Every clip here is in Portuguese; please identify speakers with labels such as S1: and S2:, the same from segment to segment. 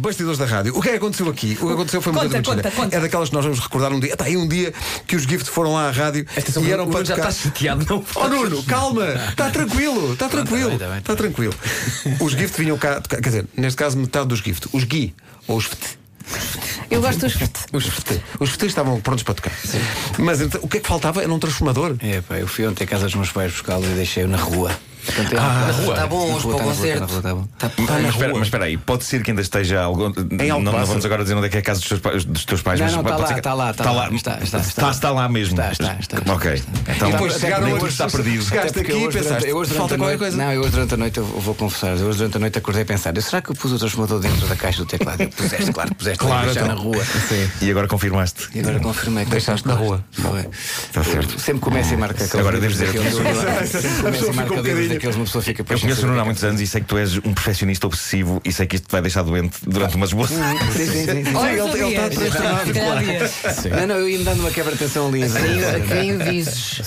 S1: Bastidores da rádio. O que é que aconteceu aqui? O que aconteceu foi uma
S2: Conta,
S1: coisa muito
S2: conta,
S1: gira.
S2: conta.
S1: É daquelas que nós vamos recordar um dia. Está aí um dia que os Gift foram lá à rádio e um eram para
S3: já
S1: tocar.
S3: está chateado, não
S1: Oh Nuno, calma, está tranquilo, está tranquilo,
S3: tá bem,
S1: está tranquilo. Os Gift vinham cá, tocar- quer dizer, neste caso metade dos Gift, os Gui ou os FT.
S2: Eu gosto dos fete.
S1: Os FT. Os FT estavam prontos para tocar. Mas então, o que é que faltava? Era um transformador.
S3: É, pá, eu fui ontem à casa dos meus pais buscá-lo e deixei-o na rua. Portanto,
S4: na
S3: ah,
S4: rua. Tá bom, hoje para o
S3: Na
S4: concerto.
S3: rua, tá bom.
S4: na
S5: Mas espera,
S4: rua.
S5: mas espera aí, pode ser que ainda esteja algum. não, não
S1: Alcobaça.
S5: vamos agora dizer onde é que é a casa dos teus, pais- dos teus pais,
S3: Não,
S5: mas
S3: não, tá
S5: pode
S3: lá,
S5: ser que-
S3: tá lá, tá lá. Está, está, está.
S5: está lá mesmo.
S3: Está, está, está, está.
S5: ok. Então,
S3: E
S1: depois
S5: nem
S1: chegaram
S5: tudo
S1: hoje-
S5: está perdido.
S1: chegaram-
S3: Até
S1: aqui
S3: porque eu
S1: e
S3: hoje durante-
S1: pensaste,
S3: eu hoje durante
S1: falta
S3: a
S1: qualquer
S3: noite-
S1: coisa.
S3: Não, eu hoje durante a noite eu vou confessar. Eu hoje durante a noite acordei a pensar: eu, será que eu pus o transformador dentro da caixa do teclado? Eu puseste, claro que puseste,
S1: Claro,
S3: claro, deixar
S1: então.
S3: na rua.
S5: E agora confirmaste.
S3: E agora confirmei que
S1: Deixaste na rua.
S3: Foi.
S5: Está certo.
S3: é? Sempre começa e marca aqueles
S5: Agora
S3: livros
S5: devo dizer
S3: daqueles-
S5: que eu conheço-
S3: Sempre começa e marca livros daqueles, uma pessoa fica
S5: Eu conheço o Nuno há muitos
S3: anos.
S5: anos e sei que tu és um perfeccionista obsessivo e sei que isto te vai deixar doente durante umas boas.
S1: ele- ele está transtornado, claro.
S3: Não, não, eu ia-me dando uma quebra de tensão ali.
S4: A quem o dizes?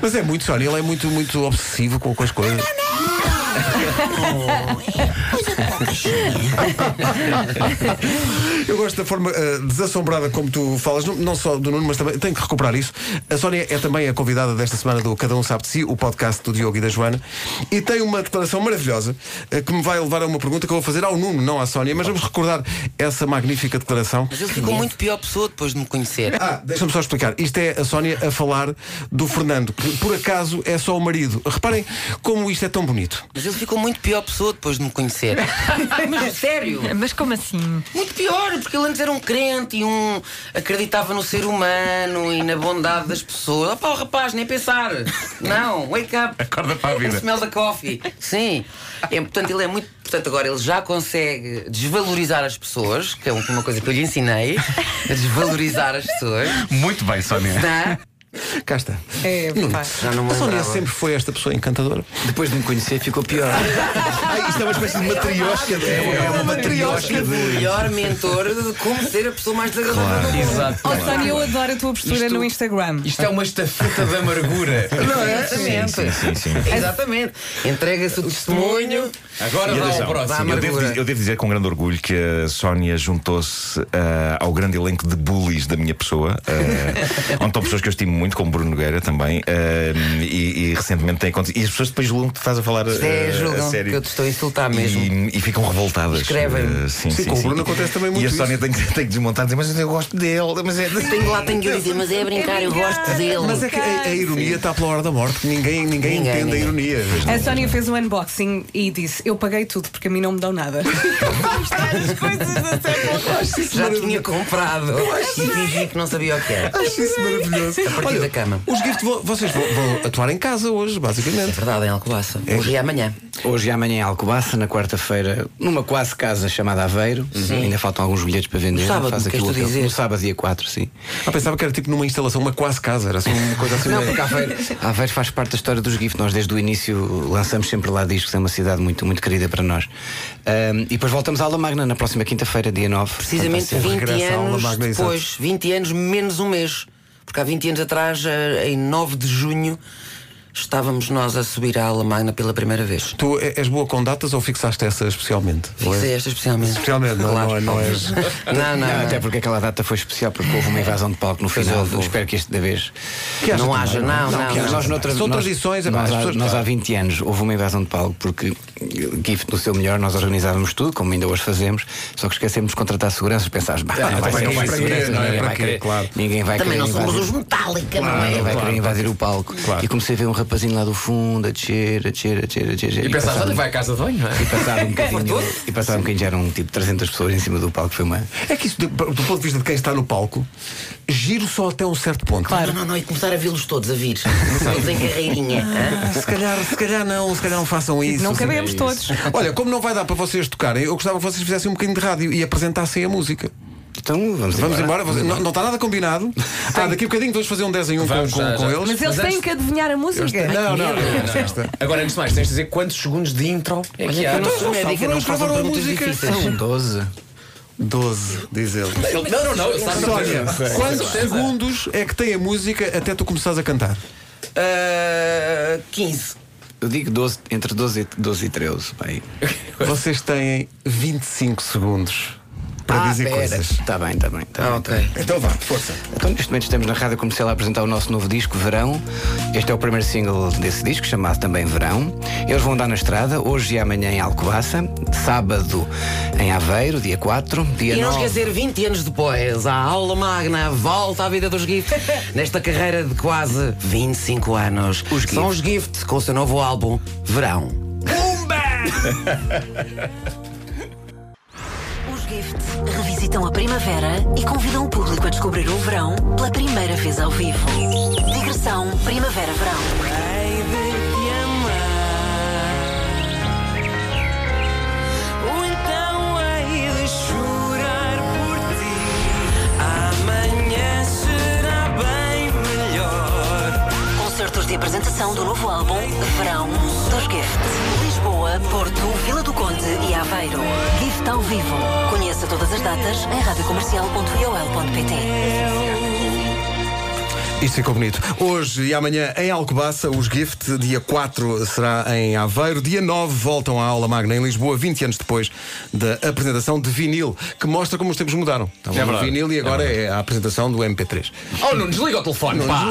S1: Mas é muito, olha, ele é muito, muito obsessivo com com as coisas. Eu gosto da forma eh, desassombrada como tu falas, não, não só do Nuno, mas também tenho que recuperar isso. A Sónia é também a convidada desta semana do Cada Um Sabe de Si, o podcast do Diogo e da Joana, e tem uma declaração maravilhosa eh, que me vai levar a uma pergunta que eu vou fazer ao Nuno, não à Sónia, mas vamos recordar essa magnífica declaração.
S4: Mas ele ficou muito pior pessoa depois de me conhecer.
S1: Ah, deixa-me só explicar. Isto é a Sónia a falar do Fernando, que por acaso é só o marido. Reparem como isto é tão bonito.
S4: Mas ele ficou muito pior pessoa depois de me conhecer. Mas sério,
S6: Mas como assim?
S4: muito pior, porque ele antes era um crente e um acreditava no ser humano e na bondade das pessoas. Opa, o rapaz, nem pensar. Não, wake up.
S5: Acorda para a vida.
S4: Smell the coffee. Sim. É, portanto, ele é muito. Portanto, agora ele já consegue desvalorizar as pessoas, que é uma coisa que eu lhe ensinei, a desvalorizar as pessoas.
S5: Muito bem, Sónia.
S4: Tá?
S1: Cá está.
S6: É,
S1: Nuno,
S6: pá.
S4: Já não me
S1: a Sónia
S4: lembrava.
S1: sempre foi esta pessoa encantadora.
S3: Depois de me conhecer, ficou pior.
S5: Ah, isto é uma espécie de matriosca. de-
S4: Matriosca do melhor mentor de como ser a pessoa mais desagradável do mundo.
S3: Exato.
S6: Oh, Sónia, eu adoro a tua postura
S3: Isto-
S6: no Instagram.
S3: Isto é uma estafeta de amargura.
S4: Exatamente.
S5: Sim, sim.
S4: Exatamente. Entrega-se o testemunho.
S3: Agora
S4: E
S3: vai ao
S4: atenção,
S3: próximo.
S4: vá à
S5: Eu
S4: amargura.
S5: devo, dizer- eu devo dizer com grande orgulho que a Sónia juntou-se ah, ao grande elenco de bullies da minha pessoa, ah, onde estão pessoas que eu estimo muito, como Bruno Nogueira também, ah, e, e recentemente tem acontecido. E as pessoas depois julgam que tu estás a falar ah,
S4: Até
S5: a
S4: julgam
S5: sério.
S4: que eu te estou a insultar mesmo.
S5: E, e ficam revoltadas.
S4: Escrevem-me.
S5: Ah, sim,
S1: Sim,
S5: sim,
S1: com o
S5: sim.
S1: Bruno acontece também muito
S5: E a
S1: isso.
S5: Sónia tem que, tem que desmontar e dizer, mas eu gosto dele, mas é.
S4: Tenho lá, tenho que lhe dizer, mas é a brincar, eu gosto dele.
S1: Mas é que a, a ironia está pela hora da morte. Ninguém, ninguém,
S4: Ninguém,
S1: entende
S4: ninguém.
S1: a ironia.
S6: A Sónia fez um unboxing e disse: Eu paguei tudo porque a mim não me dão nada.
S4: Já tinha comprado. E fingi que não sabia o que era.
S1: Acho isso maravilhoso.
S4: A partir da cama. É
S1: Os gift vão, vocês vão, vão atuar em casa hoje, basicamente.
S4: Verdade, em Alcobaça. Hoje e amanhã.
S3: Hoje e amanhã em Alcobaça, na quarta-feira, numa quase casa chamada Aveiro. Ainda faltam alguns bilhetes para vender.
S4: No sábado,
S3: Faz aqui
S4: queres
S3: o
S4: tu
S3: apelo.
S4: dizer?
S3: No sábado, dia 4, sim.
S1: Ah, pensava que era tipo numa instalação, uma quase casa, era assim uma coisa assim.
S3: Não,
S1: meio-
S3: porque Aveiro, Aveiro faz parte da história dos GIF. Nós, desde o início, lançamos sempre lá discos. É uma cidade muito, muito querida para nós. Ahm, e depois voltamos à Aula Magna na próxima quinta-feira, dia 9.
S4: Precisamente
S3: Portanto, vai ser-
S4: 20
S1: regresso à aula
S4: anos
S1: magna, exato.
S4: depois. 20 anos menos um mês. Porque há 20 anos atrás, eh, em 9 de junho, estávamos nós a subir à aula magna pela primeira vez.
S1: Tu é- és boa com datas ou fixaste essa especialmente? Ou é-
S4: Fixei esta especialmente.
S1: Especialmente, não,
S4: Claro.
S1: não, é- não és.
S4: Não,
S3: Não,
S4: não, não.
S3: até porque aquela data foi especial porque houve uma invasão de palco no final.
S4: houve, houve.
S3: Espero que este da vez
S1: haja
S4: não
S1: também,
S4: haja,
S3: é?
S4: não, não.
S1: que
S4: não.
S1: haja.
S3: Nós noutra-
S1: São
S3: nós-
S1: tradições, é pá,
S3: nós,
S1: as
S3: há-
S1: pessoas-
S3: nós há 20 anos houve uma invasão de palco porque eh, GIF no seu melhor nós organizávamos tudo, como ainda hoje fazemos, só que esquecemos de contratar seguranças, pensámos, "Bah, É, não vai
S1: também
S3: ser
S1: não vai
S3: isso,
S1: ser,
S3: ninguém
S1: não é? Para
S3: vai
S1: quê?
S3: querer-
S1: Claro.
S3: Ninguém vai
S4: Também
S1: é
S3: querer
S4: não somos
S3: invadir-
S4: os Metallica, não
S3: Ninguém
S4: é?
S3: vai querer invadir o palco. E comecei a ver um rapazinho lá do fundo a descer, a descer, a descer, a descer. E,
S7: Pensaste,
S3: passado-
S7: olha, vai à casa de banho, não é?
S3: e passado um bocadinho, e passado um bocadinho já eram tipo 300 pessoas em cima do palco, foi uma.
S1: É que isso, do, do ponto de vista de quem está no palco, giro só até um certo ponto.
S4: Não, não, não, e começar a vê-los todos a vir. Todos em carreirinha. hã?
S1: Ah, Se calhar, se calhar não, se calhar não façam isso.
S6: não
S1: Se-
S6: cabemos todos.
S1: Olha, como não vai dar para vocês tocarem, eu gostava que vocês fizessem um bocadinho de rádio e apresentassem a música.
S3: Então vamos,
S1: Vamos embora, você- não, não está nada combinado. Ah, daqui a bocadinho vamos fazer um 10 em 1 com,
S7: Vamos,
S1: com,
S7: já,
S1: com
S7: já.
S1: eles.
S6: Mas é eles
S7: antes-
S6: têm que adivinhar a música.
S1: Não, não, é não.
S7: Agora, antes de mais, tens de dizer quantos segundos de intro é que
S4: Olha que
S7: há.
S4: eu não
S1: Então,
S4: sou médica, não
S1: eles
S4: façam
S1: gravaram a
S4: perguntas
S1: música.
S4: difíceis.
S3: 12.
S1: 12, diz ele.
S7: Ele- Não, não, não, ele sabe
S1: Sónia, quantos
S7: certeza.
S1: segundos é que tem a música até tu começares a cantar?
S4: Ah, 15.
S3: Eu digo 12, entre 12 e, 12 e 13. Bem.
S1: Vocês têm 25 segundos para dizer coisas.
S3: Está bem, está bem. Tá
S4: Ah,
S3: bem, tá bem.
S4: ok.
S1: Então vá, força.
S3: Então, neste momento estamos na Rádio Comercial a apresentar o nosso novo disco, Verão. Este é o primeiro single desse disco, chamado também Verão. Eles vão andar na estrada, hoje e amanhã em Alcobaça, sábado em Aveiro, dia 4, dia
S4: E não
S3: 9.
S4: esquecer, 20 anos depois, a aula magna volta à vida dos GIF. Nesta carreira de quase 25 anos, são os GIFT com o seu novo álbum, Verão.
S8: Os Gift revisitam a primavera e convidam o público a descobrir o verão pela primeira vez ao vivo. Digressão Primavera-Verão. Concertos de apresentação do novo álbum Verão dos Gift. Lisboa, Porto, Vila do Conde e Aveiro. Gift ao vivo. Conheça todas as datas em radiocomercial.iol.pt.
S1: Isto ficou bonito. Hoje e amanhã em Alcobaça, os Gift, dia 4 será em Aveiro, dia 9 voltam à aula magna em Lisboa, 20 anos depois da apresentação de vinil, que mostra como os tempos mudaram. Estava
S7: É
S1: no
S7: verdade,
S1: vinil e agora é, a apresentação do MP3.
S7: Oh, não desliga o telefone, pá!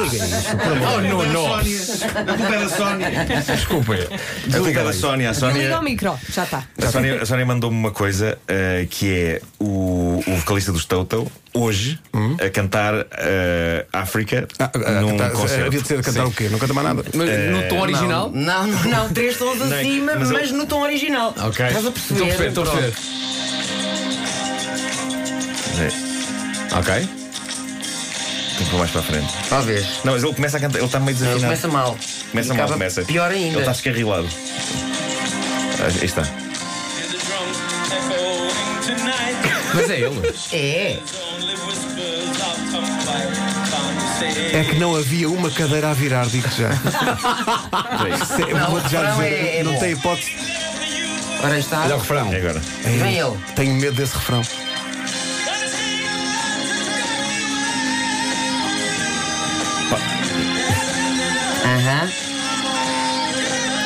S7: Oh, não, não!
S5: A culpa é da Sónia. Desculpa. A culpa é da Sónia. A
S6: E liga
S5: Sónia,
S6: ao micro, já está.
S5: a Sónia, a Sónia mandou-me uma coisa eh, que é o, o vocalista dos Total hoje a cantar eh, África
S1: Ah, ah,
S5: num
S1: cantar-
S5: concerto.
S1: havia de ser cantar o
S5: Sim.
S1: quê? Não canta mais nada.
S7: Mas no tom original?
S4: É,
S7: é
S4: Não, não, não, três tons
S5: Não,
S4: acima,
S5: mas
S4: mas,
S5: eu-
S4: no tom original.
S7: Ok.
S4: Estás a perceber?
S7: Estou a perceber, estou a perceber.
S5: É,
S7: Ok.
S5: Tem que pôr mais para a frente.
S4: Talvez.
S5: Não, mas ele começa a cantar, ele está meio
S4: Ele
S5: desafinado.
S4: começa mal.
S5: Começa
S4: E
S5: mal,
S4: acaba
S5: começa.
S4: Pior ainda.
S5: Ele
S7: tá-
S5: está escarrilado. Ah, Aí está.
S7: Mas é ele.
S4: É.
S1: É que não havia uma cadeira a virar, digo já.
S4: Ah.
S5: É
S1: Se-
S4: Não,
S1: vou-te já
S4: o refrão
S1: dizer,
S4: é- é
S1: não
S4: bom.
S1: tem hipótese.
S4: Ora aí está.
S3: Olha
S7: tá-
S3: o refrão.
S5: É agora.
S4: Vem ele.
S1: Tenho medo desse refrão.
S4: Aham.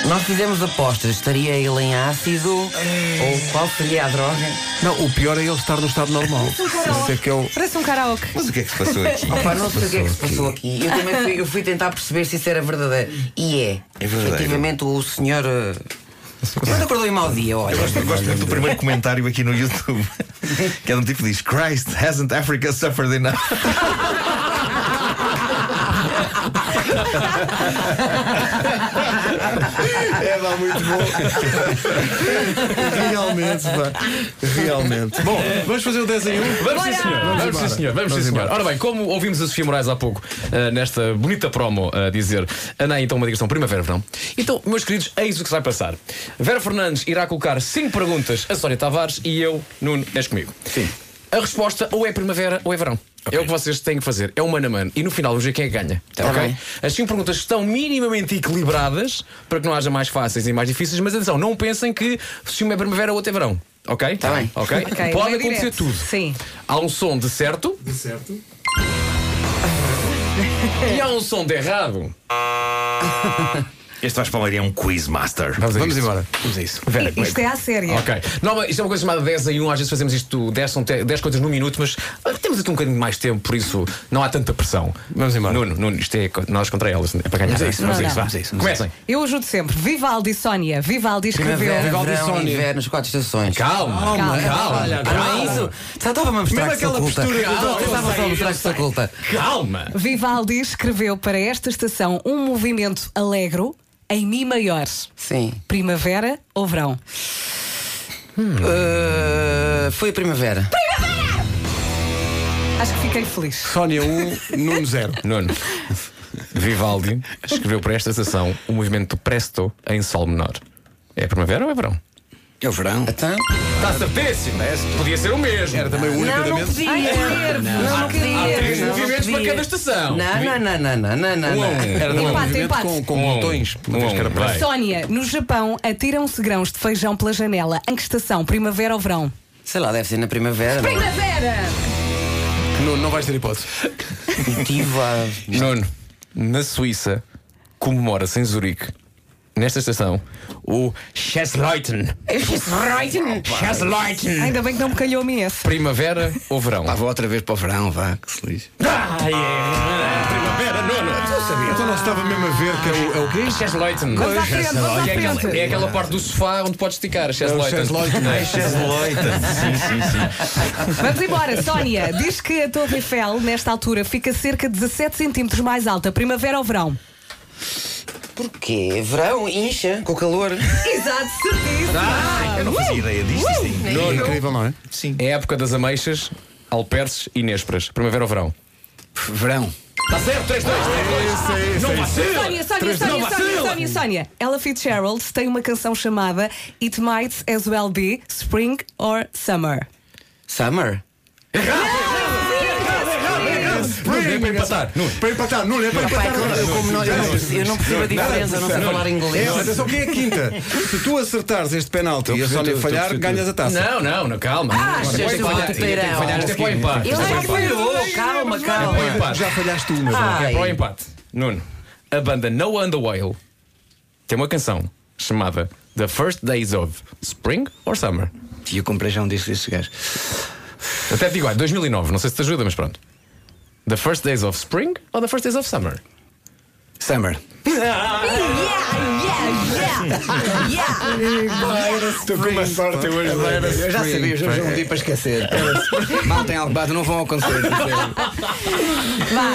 S4: Nós fizemos apostas, estaria ele em ácido ou qual seria a droga?
S1: Não, o pior é ele estar no estado normal. Isso é que eu.
S6: Parece um karaoke.
S5: Mas o que é que se passou aqui?
S4: Pá, não sei o que é que se passou aqui. Eu também fui, eu fui tentar perceber se isso era verdadeiro. E é.
S5: É verdadeiro.
S4: Efetivamente, o senhor. eh, Quando acordou em mau dia, olha.
S5: Eu gosto muito do primeiro comentário aqui no YouTube Que é um tipo que diz Christ, hasn't Africa suffered enough?
S1: É, dá muito bom. Realmente, pá. Realmente. Bom, vamos fazer o 10 em 1.
S7: Vamos sim, senhor. Vamos, sim,
S1: embora.
S7: senhor. Vamos,
S1: Vamos
S7: sim, senhor.
S1: embora.
S7: Ora bem, como ouvimos a Sofia Moraes há pouco, ah, nesta bonita promo, a dizer Ana, então uma digressão primavera-verão. Então, meus queridos, eis o que se vai passar. Vera Fernandes irá colocar cinco perguntas a Sónia Tavares e eu, Nuno, és comigo. Sim. A resposta ou é primavera ou é verão. É o que vocês têm que fazer. É um mano a mano. E no final vamos ver quem é que ganha. ok?
S4: bem.
S7: As cinco perguntas estão minimamente equilibradas para que não haja mais fáceis e mais difíceis, mas atenção, não pensem que se uma é primavera ou outra é verão. Ok? Está
S4: bem.
S7: Ok?
S6: Ok,
S7: Pode
S6: vai
S7: acontecer
S6: direto.
S7: tudo.
S6: Sim.
S7: Há um som de certo. De certo. E há um som de errado.
S5: Este Vasco Palmeira é um quizmaster
S1: Vamos, embora.
S3: Vamos a isso.
S7: Vera, como é que-
S6: Isto é à séria.
S7: Ok. Não, isto é uma coisa chamada 10 em 1. Às vezes fazemos isto 10, são 10 coisas num minuto, mas ah, temos aqui um bocadinho de mais tempo, por isso não há tanta pressão.
S1: Vamos embora.
S7: Nuno, Nuno, isto é co- nós contra elas, é para ganhar.
S3: Vamos a isso,
S7: Não,
S3: vamos a
S7: não.
S3: isso, vamos a isso.
S7: Comecem.
S6: Eu ajudo sempre. Vivaldi, Sónia. Vivaldi escreveu.
S4: Primavera,
S1: Vivaldi
S4: verão,
S1: Sónia.
S4: inverno, as quatro estações.
S7: Calma, calma, calma.
S4: Ah, não é isso? Já estava-me a mostrar
S7: Mesmo
S4: que sou
S7: aquela
S4: culta.
S7: postura,
S4: Eu estava-
S7: calma,
S4: eu estava só a
S7: eu
S4: mostrar que sou culta.
S7: Calma.
S6: Vivaldi escreveu para esta estação um movimento alegro em Mi maior.
S4: Sim.
S6: Primavera ou verão?
S4: Ah, foi a primavera.
S6: Acho que fiquei feliz.
S1: Sónia 1, Nuno 0.
S7: Nuno. Vivaldi escreveu para esta estação o movimento Presto em Sol menor. É primavera ou é verão?
S3: É o verão.
S4: Então?
S7: Está certíssimo, é? Podia ser o mesmo.
S1: Era também o único
S4: Não,
S1: da
S4: não
S1: mente.
S4: podia.
S6: Ai, é. nervos.
S4: Não, não
S6: Há três
S4: podia.
S7: três
S4: Não, não
S7: movimentos para
S4: podia.
S7: cada estação.
S1: Um
S4: Não, não, não, não, não, não, não.
S7: Um a um.
S3: é.
S7: Era também um
S6: Empate,
S1: Movimento
S6: empate.
S1: Com, com
S7: Um a um.
S1: botões.
S7: Um a
S1: Mas
S7: um,
S1: que era para-
S7: vai.
S6: Sónia, no Japão atiram-se grãos de feijão pela janela. Em que estação? Primavera ou verão?
S4: Sei lá, deve ser na primavera. não é?
S6: Primavera!
S1: Nuno, não vais ter hipótese.
S4: Cultiva.
S7: Nuno, na Suíça comemora-se em Zurique nesta estação, o Chesleuten. Chesleuten.
S6: Ainda bem que não me calhou-me esse.
S7: Primavera ou verão?
S3: Pá, Ah, vou outra vez para o verão, vá, que se lixe.
S7: Ah, yeah. Primavera, nono.
S1: Então não se estava mesmo a ver que é o, é o quê?
S7: Chesleuten.
S6: Vamos à frente, vamos à
S7: É aquela, é
S6: frente.
S7: aquela parte do sofá onde
S1: É
S7: podes esticar. É Chesleuten.
S1: Chesleuten.
S7: Ai,
S5: Chesloita. Sim, sim, sim.
S6: Vamos embora, Sónia. Diz que a Torre Eiffel, nesta altura, fica cerca de 17 centímetros mais alta, primavera ou verão.
S4: Porquê? Verão incha com calor.
S6: Exato, certíssimo.
S5: Eu não fazia ideia disto, sim.
S1: É incrível, não é?
S5: Sim.
S7: É a época das ameixas, alperces e nésperas. Primavera ou verão?
S3: Verão.
S7: Está certo, 3, 2, 3,
S1: É
S7: 2. Não vacila!
S6: Sónia, Sónia,
S7: Três,
S6: Sónia,
S7: não
S6: Sónia,
S7: vacila.
S6: Sónia, Sónia. Ella Fitzgerald tem uma canção chamada It Might As Well Be Spring or Summer.
S4: Summer.
S7: Nuno, é para empatar. Nuno.
S1: Para empatar, Nuno, é para empatar.
S4: eu, como não, eu, não, perce- eu não percebo a diferença, eu não sei falar inglês.
S1: É, atenção, quem é a quinta? Se tu acertares este penalti e a Sónia falhar, ganhas a taça.
S7: Não, não, não, calma.
S4: Ah,
S7: Agora,
S4: achas
S7: põe
S4: que
S7: para lá.
S4: eu vou ter
S7: Tem que falhar, Isto é para o empate.
S4: Ele
S7: Isto é
S4: é
S7: para
S4: que
S7: o empate.
S4: falhou, calma,
S7: É para o
S4: calma.
S7: empate.
S1: Já falhaste uma, já.
S7: É
S4: Ai.
S7: para o empate. Nuno, a banda No and the Whale tem uma canção chamada The First Days of Spring or Summer.
S3: E eu comprei já um disco destes gajos.
S7: Até te digo, ah, 2009, não sei se te ajuda, mas pronto. The First Days of Spring ou The First Days of Summer?
S3: Summer.
S1: Estou com uma sorte hoje.
S3: Eu já sabia, eu já não vi para esquecer. Mal tem algo não vão acontecer.
S6: Vá,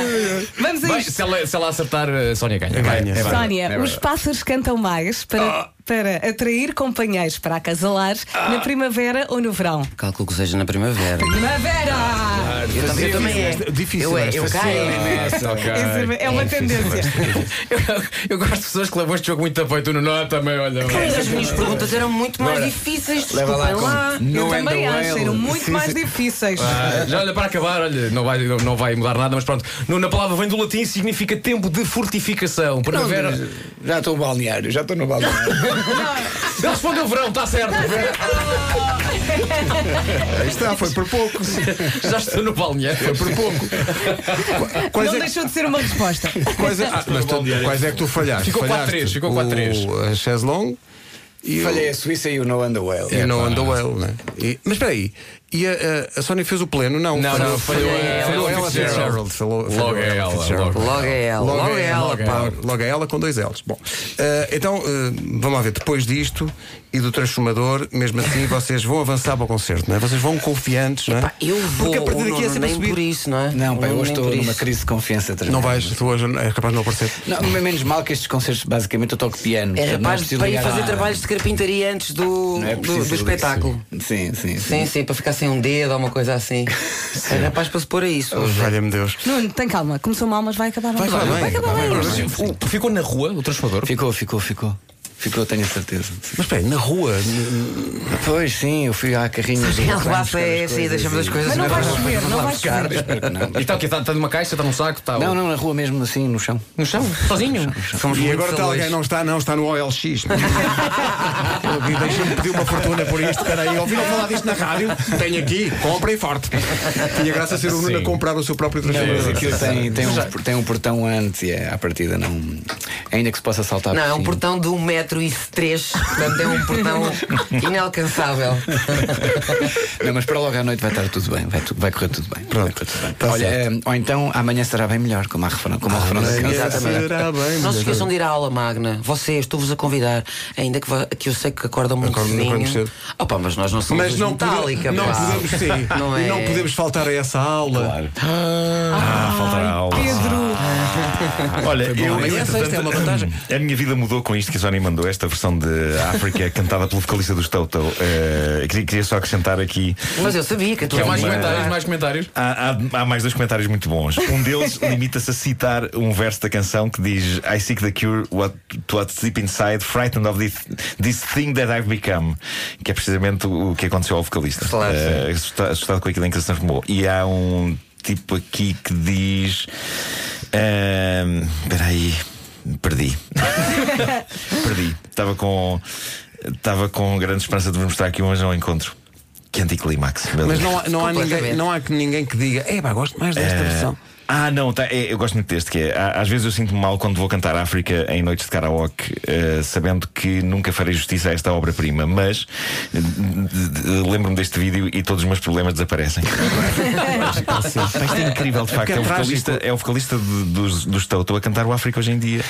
S6: vamos a
S7: Bem,
S6: isto.
S7: se ela, se ela acertar, a Sónia ganha.
S1: Ganha.
S7: Vai, vai.
S6: Sónia,
S7: É
S6: os
S7: verdade.
S6: pássaros cantam mais
S1: Ah.
S6: para, para atrair companheiros para acasalar na primavera ou no verão?
S4: Calculo que seja na primavera.
S6: Primavera!
S4: Eu, também- eu também é.
S1: Difícil
S4: Eu, é,
S1: esta
S4: eu caio.
S7: Nossa,
S1: Ah,
S7: ok.
S6: Isso É uma tendência.
S7: Eu, eu gosto de pessoas que levam este jogo muito a peito. No nó também, olha.
S4: Mas as minhas perguntas eram muito mais difíceis,
S3: Leva lá
S4: desculpem lá.
S3: com No
S6: Eu
S1: é
S3: and the
S6: também acho, eram
S3: Whale.
S6: muito mais difíceis.
S7: Ah, já olha para acabar, olha, não vai, não, não vai mudar nada, mas pronto. No- na palavra vem do latim e significa tempo de fortificação.
S3: Não,
S7: Primavera.
S3: Já estou no balneário, já estou no balneário.
S7: Ele respondeu verão, está certo.
S1: Aí está, foi por pouco.
S7: Já estou no balneário.
S1: Por pouco. Quais
S6: Não
S1: é, que-
S6: deixou de ser uma resposta.
S1: quais, é, mas tu- quais é que tu falhaste?
S7: Ficou
S1: Falhaste
S7: 4-3, ficou 4-3.
S1: o- A Cheslong e
S3: Falhei
S1: o-
S3: a Suíça e o No Under Well.
S7: É,
S1: e não andou well, né? E- mas espera aí, e a, a- a Sónia fez o pleno? Não,
S7: Não,
S1: falhou-
S7: não, falhou
S1: falhou-
S7: a-
S1: falhou
S7: a
S1: ela
S7: Fitzgerald.
S1: Fitzgerald. Falou- falhou
S7: Logo é ela,
S1: Fitzgerald.
S7: logo.
S4: Logo é ela, logo, é ela,
S1: logo, é
S4: pá.
S1: ela, logo é ela com dois L's. Bom, eh, então eh, vamos lá ver. Depois disto e do transformador, mesmo assim, vocês vão avançar para o concerto, não é? Vocês vão confiantes, não é?
S4: Pá, Eu vou.
S1: Porque a partir
S4: o
S1: daqui é
S4: Nuno
S1: sempre a
S4: nem por
S1: subir.
S4: isso, não é?
S3: Não, pai,
S4: O Nuno
S3: hoje
S4: nem
S3: estou
S4: por
S3: numa
S4: isso.
S3: crise de confiança. tremenda.
S1: Não vais, tu hoje é capaz de não aparecer.
S3: Não, mas menos mal que estes concertos, basicamente, eu toco piano.
S4: É
S3: Não
S4: rapaz de
S3: preciso
S4: para ir
S3: ligar
S4: fazer
S3: nada.
S4: trabalhos de carpintaria antes do,
S3: Não é
S4: do,
S3: preciso
S4: do espetáculo.
S3: Sim, sim, sim.
S4: Sim, sim, para ficar sem um dedo ou uma coisa assim. É rapaz para se pôr a isso hoje.
S1: Valha-me Deus.
S6: Nuno, tem calma. Começou mal, mas vai acabar
S1: Vai
S6: bem.
S1: acabar bem,
S6: acabar
S1: vai
S6: bem.
S1: acabar bem.
S7: O- Ficou na rua o transformador?
S3: Ficou, ficou, ficou. Ficou, tenho a certeza.
S1: Mas espera, aí, na rua.
S3: Pois sim, eu fui à carrinha.
S4: A rebaça é assim, deixa-me as coisas
S6: Mas não
S4: na-
S6: vais chover, não vais chover.
S7: E está o quê? Está está numa caixa, está num saco? Está
S3: Não, não, na rua mesmo, assim, no chão.
S7: No chão? Sozinho?
S4: Fomos
S1: E
S4: muito
S1: agora está
S4: felizes.
S1: alguém, não está, não, está no OLX. E Deixa-me pedir uma fortuna por isto. Espera aí, ouviram falar disto na rádio? Tenho aqui, comprem forte. Tinha graça a ser o Nuno a
S7: Sim.
S1: comprar o seu próprio
S3: Mas
S1: transformador.
S4: é
S3: aquilo tem, tem, um, tem um portão antes e é, à partida não. Ainda que se possa saltar
S4: Não,
S3: por
S4: é um
S3: cima.
S4: portão de 1,3m, portanto é um portão inalcançável.
S3: Não, mas para logo à noite vai estar tudo bem, vai, tu- vai correr tudo bem. Vai correr tudo bem.
S1: tá
S3: Olha,
S1: certo.
S3: eh, ou então amanhã será bem melhor, como a refrão, como a refrão da canção.
S4: Exatamente.
S1: Será bem, é.
S4: Não se
S1: mulher.
S4: esqueçam de ir à aula magna. Vocês, estou-vos a convidar, ainda que, va- que eu sei que acordam muito
S1: Acordam- acordam
S4: cedinho.
S1: cedo.
S4: Opa, mas nós não somos
S1: Mas
S4: os
S1: não, pode-
S4: metálica,
S1: não
S4: pá.
S1: podemos sim.
S4: Não
S1: E
S4: é?
S1: não podemos faltar a essa aula.
S5: Ah, faltará aula.
S6: Pedro,
S5: Olha, eu,
S4: Mas
S5: eu,
S4: essa- esta é uma vantagem.
S5: a minha vida mudou com isto que a Sónia mandou, esta versão de África cantada pelo vocalista dos Toto. Eh, queria, queria só acrescentar aqui.
S4: Mas eu sabia que tu
S7: Quer mais
S5: Uma-
S7: comentários? é Mais comentários?
S5: Há, há- há mais dois comentários muito bons. Um deles limita-se a citar um verso da canção que diz: I seek the cure what, to what's deep inside, frightened of this, this thing that I've become. Que é precisamente o o que aconteceu ao vocalista.
S4: Claro,
S5: Eh, assusta- assustado com aquilo em que ele se transformou. E há um tipo aqui que diz: ehm, Espera aí, perdi. perdi. Estava com. Estava com grande esperança de vos mostrar aqui um anjo ao encontro. Que anticlimax. meu
S1: Mas
S5: Deus.
S1: não há, não, há ninguém,
S4: Completamente.
S1: não há que ninguém que diga, é, pá, gosto mais desta versão.
S5: Ah, não, tá, é, eu gosto muito deste que é. "Á- Às vezes eu sinto-me mal quando vou cantar África em noites de karaoke, eh, sabendo que nunca farei justiça a esta obra-prima, mas eh, d- d- lembro-me deste vídeo e todos os meus problemas desaparecem. Pá, Isto é incrível, de facto.
S1: porque é
S5: É o vocalista, é o vocalista de- dos, dos Toto a cantar o África hoje em dia.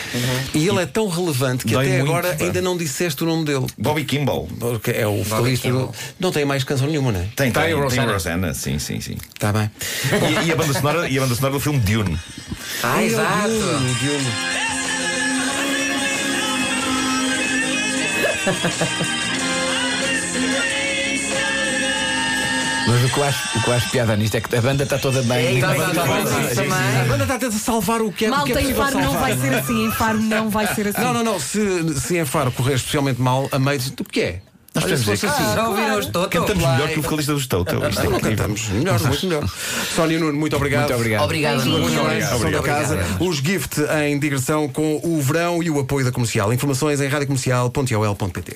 S1: E ele é tão relevante que
S5: Dói
S1: até
S5: muito,
S1: agora
S5: pá.
S1: ainda não disseste o nome dele.
S5: Bobby Kimball.
S1: Porque é o vocalista do... Não tem mais canção nenhuma, não é?
S7: Tem
S5: Tem, tem,
S7: Tá o
S5: tem
S7: Rosanna.
S5: o Rosanna, sim, sim, sim.
S1: Está bem.
S5: E, e a banda sonora, e a banda sonora do filme Dune.
S1: é
S4: Ah,
S1: Ai, o
S4: exato.
S1: Diogo, o Diogo.
S3: Mas o que eu acho, o que eu acho piada nisto é que a banda É, está toda
S5: É
S3: bem.
S4: Tá bom, tá bom.
S1: A banda está a tentar tá salvar o que é, o que é
S6: Malta, em
S1: possível
S6: Faro não
S1: salvar.
S6: vai ser assim, em Faro não vai ser assim.
S1: Não, não, não. Se, se em Faro correr especialmente mal, a meio diz, do que é?
S5: Nós Ah,
S1: Olha, se
S5: podemos
S1: fosse
S5: dizer que
S1: assim.
S4: Já ouviram os todos?
S5: Cantamos melhor que o vocalista dos Toto. Isto
S1: Não
S5: é incrível.
S1: cantamos. Melhor, muito melhor. Sónia Nuno, muito obrigado.
S3: Muito obrigado.
S4: Obrigado,
S6: Beijinhos.
S4: muito
S1: Parabéns,
S4: obrigado.
S1: são da casa. Os gift em digressão com o verão e o apoio da comercial. Informações em radiocomercial.ol.pt